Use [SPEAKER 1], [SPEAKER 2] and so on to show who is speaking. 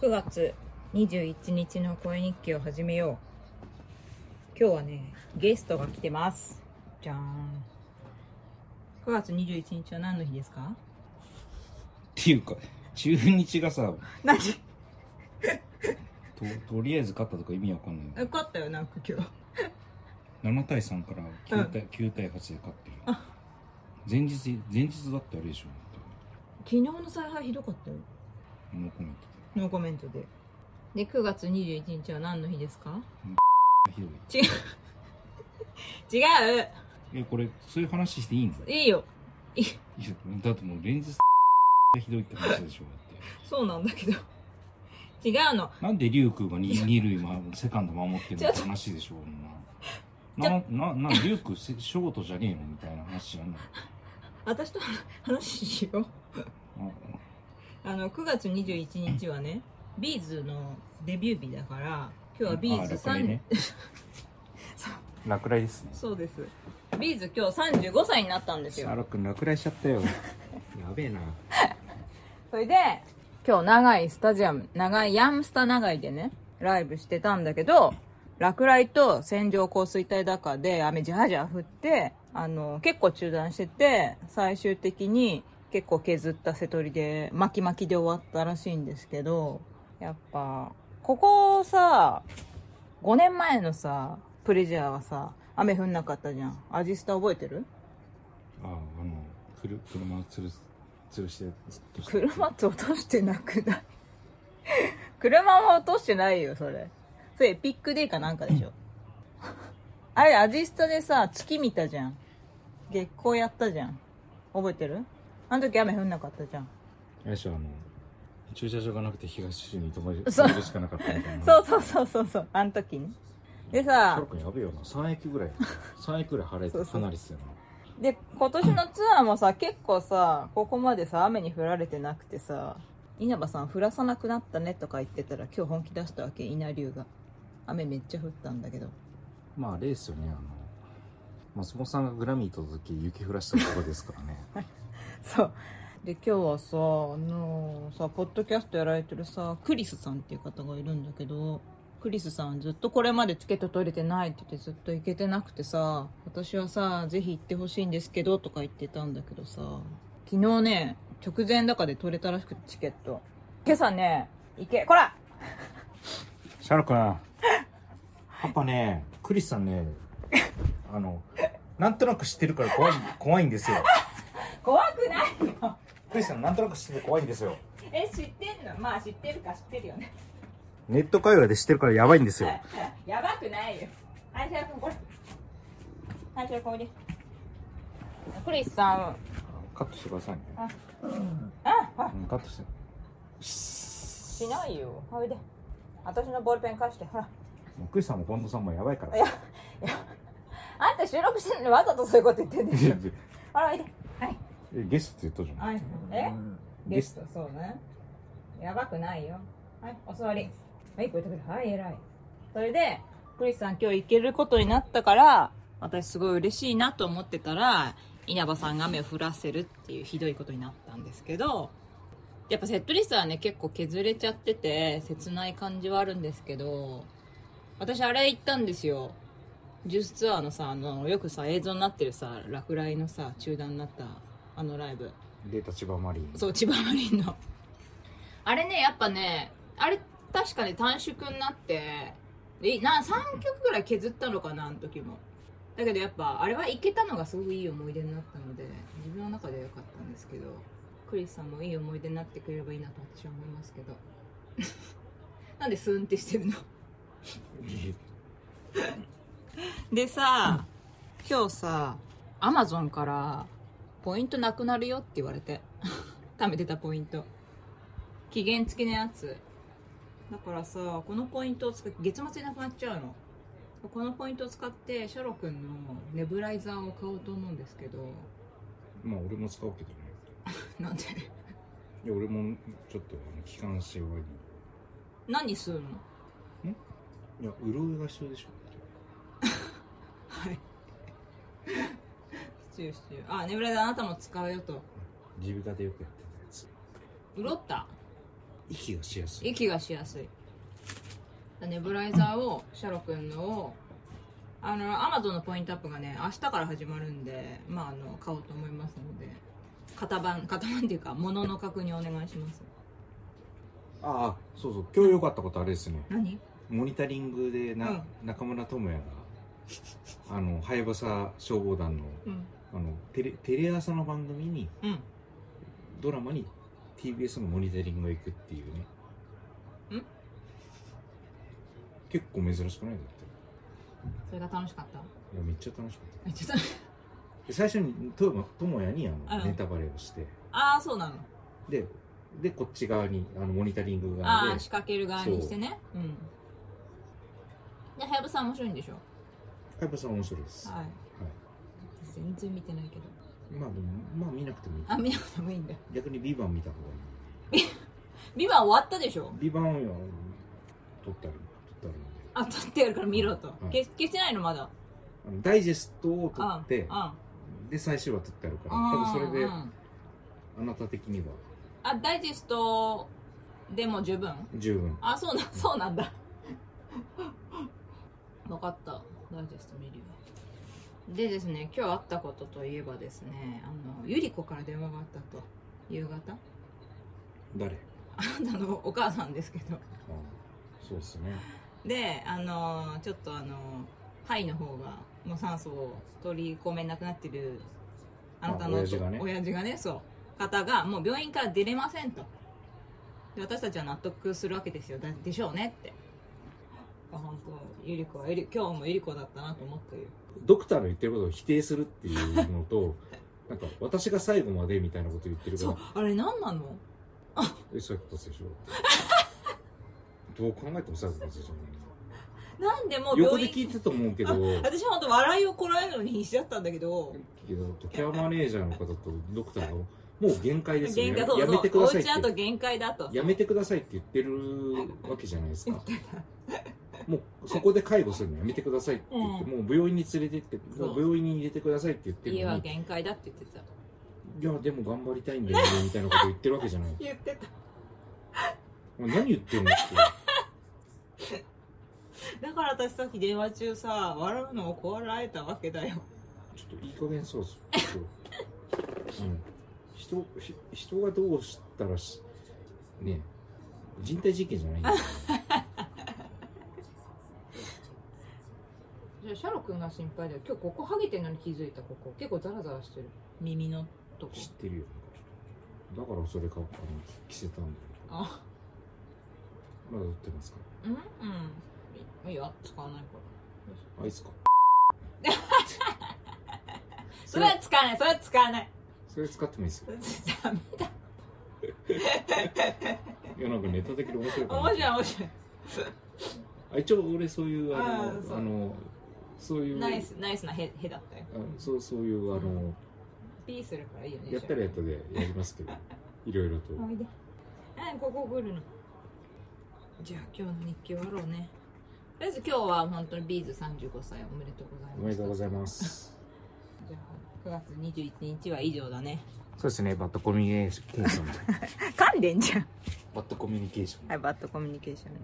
[SPEAKER 1] 9月21日の声日記を始めよう今日はねゲストが来てますじゃーん9月21日は何の日ですか
[SPEAKER 2] っていうか中日がさ
[SPEAKER 1] 何
[SPEAKER 2] ととりあえず勝ったとか意味わかんない
[SPEAKER 1] 受かったよなんか今日
[SPEAKER 2] 7対3から9対,、9対8で勝ってる前日前日だってあれでしょ
[SPEAKER 1] 昨日の采配ひどかったよ
[SPEAKER 2] ノーコメント
[SPEAKER 1] ノーコメントでで9月21日は何の日ですか
[SPEAKER 2] でひど
[SPEAKER 1] 違う
[SPEAKER 2] いえこれそういう話していいんだ
[SPEAKER 1] いいよ
[SPEAKER 2] いやだってもう連日がひどいって話でしょだっ
[SPEAKER 1] そうなんだけど違うの
[SPEAKER 2] てなんで龍空が 2, 二塁まセカンド守ってるのって話でしょ
[SPEAKER 1] ち
[SPEAKER 2] なななな龍空せショートじゃねえのみたいな話じゃ ない
[SPEAKER 1] 私と話しようあの9月21日はねビーズのデビュー日だから今日はビーズ
[SPEAKER 2] あ落 雷
[SPEAKER 1] 3
[SPEAKER 2] ね落雷ですね
[SPEAKER 1] そうですビーズ今日35歳になったんですよ
[SPEAKER 2] ロ君落雷しちゃ ったよやべえな
[SPEAKER 1] それで今日長いスタジアム長いヤンスタ長いでねライブしてたんだけど落雷と線状降水帯だかで雨ジャージャー降ってあの結構中断してて最終的に結構削った瀬取りで巻き巻きで終わったらしいんですけどやっぱここさ5年前のさプレジャーはさ雨降んなかったじゃんアジスタ覚えてる
[SPEAKER 2] ああのくる車をつるつるしてずっとして
[SPEAKER 1] 車って落としてなくない 車も落としてないよそれそれエピックデーかなんかでしょ、あれアジスタでさ月見たじゃん月光やったじゃん覚えてるあの時雨降んなかったじゃん
[SPEAKER 2] よいしょあの駐車場がなくて東市に泊 まり
[SPEAKER 1] そう
[SPEAKER 2] 泊まるしかなかったみたいな
[SPEAKER 1] そうそうそうそうそうあの時にで
[SPEAKER 2] シャロ
[SPEAKER 1] さ
[SPEAKER 2] 君やべえよな3駅ぐらい3駅ぐらい晴れ
[SPEAKER 1] そう
[SPEAKER 2] て
[SPEAKER 1] そう
[SPEAKER 2] かなりっすよな
[SPEAKER 1] で今年のツアーもさ結構さここまでさ雨に降られてなくてさ稲葉さん降らさなくなったねとか言ってたら今日本気出したわけ稲龍が雨めっちゃ降ったんだけど
[SPEAKER 2] まああれですよねあの松本さんがグラミーと時雪降らしたとこですから ね
[SPEAKER 1] そうで今日はさあのさポッドキャストやられてるさクリスさんっていう方がいるんだけどクリスさんずっとこれまでチケット取れてないって言ってずっと行けてなくてさ私はさぜひ行ってほしいんですけどとか言ってたんだけどさ昨日ね直前だかで取れたらしくてチケット今朝ね行けこら
[SPEAKER 2] シャロ君やっぱねクリスさんねあのなんとなく知ってるから怖い怖いんですよ
[SPEAKER 1] 怖くないよ
[SPEAKER 2] クリスさんなんとなく知ってて怖いんですよ
[SPEAKER 1] え知ってんのまあ知ってるか知ってるよね
[SPEAKER 2] ネット会話で知ってるからやばいんですよ
[SPEAKER 1] やばくないよ。はい、シャー君、これ。はい、シャー君、おいで。クリスさん。
[SPEAKER 2] カットしてくださいね
[SPEAKER 1] あ、あ
[SPEAKER 2] うんカットして
[SPEAKER 1] しないよ。おいで。私のボールペン貸して、ほら。
[SPEAKER 2] もうクリスさんも近藤さんもやばいから
[SPEAKER 1] いや、いや。あんた収録してるのにわざとそういうこと言ってんでしょ。ほら、おいで。はい。
[SPEAKER 2] えゲストって言ったじゃん
[SPEAKER 1] はい。え
[SPEAKER 2] ゲスト
[SPEAKER 1] ト、そうね。やばくないよ。はい、お座り。はい、こういうとこで。はい、偉い。それで、クリスさん今日行けることになったから、私すごい嬉しいなと思ってたら、稲葉さんが雨を降らせるっていうひどいことになったんですけど、やっぱセットリストはね、結構削れちゃってて、切ない感じはあるんですけど、私あれ行ったんですよ。ジュースツアーのさ、あの、よくさ、映像になってるさ、落雷のさ、中断になった、あのライブ。
[SPEAKER 2] データ千葉マリン
[SPEAKER 1] そう千葉マリンのあれねやっぱねあれ確かに短縮になってでな3曲ぐらい削ったのかなあの時もだけどやっぱあれはいけたのがすごくいい思い出になったので自分の中では良かったんですけどクリスさんもいい思い出になってくれればいいなと私は思いますけど なんでスーンってしてるのでさ、今日さアマゾンからポイントなくなるよって言われて 貯めてたポイント期限付きのやつだからさこのポイントを使って月末になくなっちゃうのこのポイントを使ってシャロ君のネブライザーを買おうと思うんですけど
[SPEAKER 2] まあ俺も使うけどね
[SPEAKER 1] なんで
[SPEAKER 2] いや俺もちょっとあの機関性弱い
[SPEAKER 1] 何するの
[SPEAKER 2] のいや潤いが必要でしょ
[SPEAKER 1] はい シチューシチューあネブライザーあなたも使うよと
[SPEAKER 2] 耳鼻科でよくやってたやつ
[SPEAKER 1] 潤った
[SPEAKER 2] 息がしやすい
[SPEAKER 1] 息がしやすいだねブライザーをシャロ君のをあのアマゾンのポイントアップがね明日から始まるんでまああの買おうと思いますので型番型番っていうか物の確認お願いします
[SPEAKER 2] ああそうそう今日良かったことあれですね
[SPEAKER 1] 何
[SPEAKER 2] モニタリングでな、中村智也があのはやぶさ消防団の
[SPEAKER 1] うん
[SPEAKER 2] あのテレテレ朝の番組に
[SPEAKER 1] うん
[SPEAKER 2] ドラマに TBS のモニタリングが行くっていうね
[SPEAKER 1] ん
[SPEAKER 2] 結構珍しくないだって
[SPEAKER 1] それが楽しか った
[SPEAKER 2] いやめっちゃ楽しかった
[SPEAKER 1] えちょっと
[SPEAKER 2] で最初にとも智也にあの、
[SPEAKER 1] うん
[SPEAKER 2] ネタバレをして
[SPEAKER 1] ああそうなの
[SPEAKER 2] ででこっち側にあのモニタリング
[SPEAKER 1] あ
[SPEAKER 2] 側
[SPEAKER 1] あ
[SPEAKER 2] で
[SPEAKER 1] 仕掛ける側にしてねうんではやぶさん面白いんでしょ
[SPEAKER 2] やっぱそれ面白いです、
[SPEAKER 1] はい
[SPEAKER 2] はい
[SPEAKER 1] 全然見てないけど
[SPEAKER 2] まあでもまあ見なくてもいい
[SPEAKER 1] あ見なくてもいいんだ
[SPEAKER 2] 逆に「ビバン見た方がいい
[SPEAKER 1] ビバン終わったでしょ
[SPEAKER 2] 「ビバンは撮ってある撮ってあるので
[SPEAKER 1] あ撮ってやるから見ろと、
[SPEAKER 2] うん
[SPEAKER 1] 消し消してないのまだ
[SPEAKER 2] あのダイジェストを撮
[SPEAKER 1] あ
[SPEAKER 2] って
[SPEAKER 1] あ
[SPEAKER 2] で最終話撮ってあるから
[SPEAKER 1] あ
[SPEAKER 2] 多分それで
[SPEAKER 1] うん
[SPEAKER 2] あなた的には
[SPEAKER 1] あダイジェストでも十分
[SPEAKER 2] 十分
[SPEAKER 1] あそうなそうなんだ分かったダイジェスト見るよでですね今日あったことといえばですねあのゆり子から電話があったと夕方
[SPEAKER 2] 誰
[SPEAKER 1] あなたのお母さんですけど
[SPEAKER 2] あそうですね
[SPEAKER 1] であのちょっとあの肺の方がもう酸素を取り込めなくなってるあなたの
[SPEAKER 2] あ親父がね
[SPEAKER 1] 親父がねそう方がもう病院から出れませんとで私たちは納得するわけですよだでしょうねってあ本当ゆり子はゆり今日もゆり子だったなと思ってる
[SPEAKER 2] ドクターの言ってることを否定するっていうのと なんか私が最後までみたいなこと言ってるか
[SPEAKER 1] そう
[SPEAKER 2] ら
[SPEAKER 1] あれ何なの
[SPEAKER 2] えそういうことでし ょどう考えてもそういうことでしょ
[SPEAKER 1] なんでもう
[SPEAKER 2] 横
[SPEAKER 1] 病
[SPEAKER 2] で聞い
[SPEAKER 1] 院
[SPEAKER 2] てたと思うけど
[SPEAKER 1] 私本当笑いをこらえるのに必死だったんだけど
[SPEAKER 2] けどケアマネージャーの方とドクターがもう限界ですよ
[SPEAKER 1] 限
[SPEAKER 2] ね
[SPEAKER 1] 界そう
[SPEAKER 2] やめてく
[SPEAKER 1] そう
[SPEAKER 2] だ
[SPEAKER 1] お
[SPEAKER 2] さいっ
[SPEAKER 1] 家
[SPEAKER 2] て
[SPEAKER 1] だと限界だと
[SPEAKER 2] やめてくださいって言ってるわけじゃないですかもうそこで介護するのやめてくださいって言って、もう病院に連れてって
[SPEAKER 1] そう
[SPEAKER 2] もう病院に入れてくださいって言ってる
[SPEAKER 1] 家
[SPEAKER 2] の
[SPEAKER 1] は
[SPEAKER 2] にい
[SPEAKER 1] 限界だって言ってた
[SPEAKER 2] やでも頑張りたいんだよねみたいなこと言ってるわけじゃない
[SPEAKER 1] 言ってた
[SPEAKER 2] もう何言ってるのって
[SPEAKER 1] だから私さっき電話中さ笑うのをこらえたわけだよ
[SPEAKER 2] ちょっといい加減そうですちょっとうん人ひ人がどうしたらしねえ人体実験じゃないんだよ
[SPEAKER 1] じゃあシャロ君が心配だよ今日ここハゲてんのに気づいたここ結構ザラザラしてる耳のとこ
[SPEAKER 2] 知ってるよだからそれかあの着せたんだよ
[SPEAKER 1] あ
[SPEAKER 2] まだ売ってますか
[SPEAKER 1] うんうんいいや使わないから
[SPEAKER 2] あい つか
[SPEAKER 1] それは使わないそれは使わない
[SPEAKER 2] それ使ってもいいですよ
[SPEAKER 1] ダメだ
[SPEAKER 2] いやなんかネタ的に面白いかな
[SPEAKER 1] 面白い面白い
[SPEAKER 2] あ一応俺そういうあの
[SPEAKER 1] あーそう
[SPEAKER 2] あのそういう
[SPEAKER 1] ナイスナイスなへへだったよ
[SPEAKER 2] あそうそういうあの、
[SPEAKER 1] ピーするからいいよね
[SPEAKER 2] やったらやったでやりますけどいろいろと
[SPEAKER 1] おいでうんここ来るのじゃあ今日の日記終わろうねとりあえず今日は本当にビーズ35歳 おめでとうございます
[SPEAKER 2] おめでとうございます
[SPEAKER 1] じゃあ9月21日は以上だね
[SPEAKER 2] そうですねバッドコミ ュニケーション
[SPEAKER 1] 噛んでんじゃん
[SPEAKER 2] バッドコミュニケーション
[SPEAKER 1] はいバッドコミュニケーションで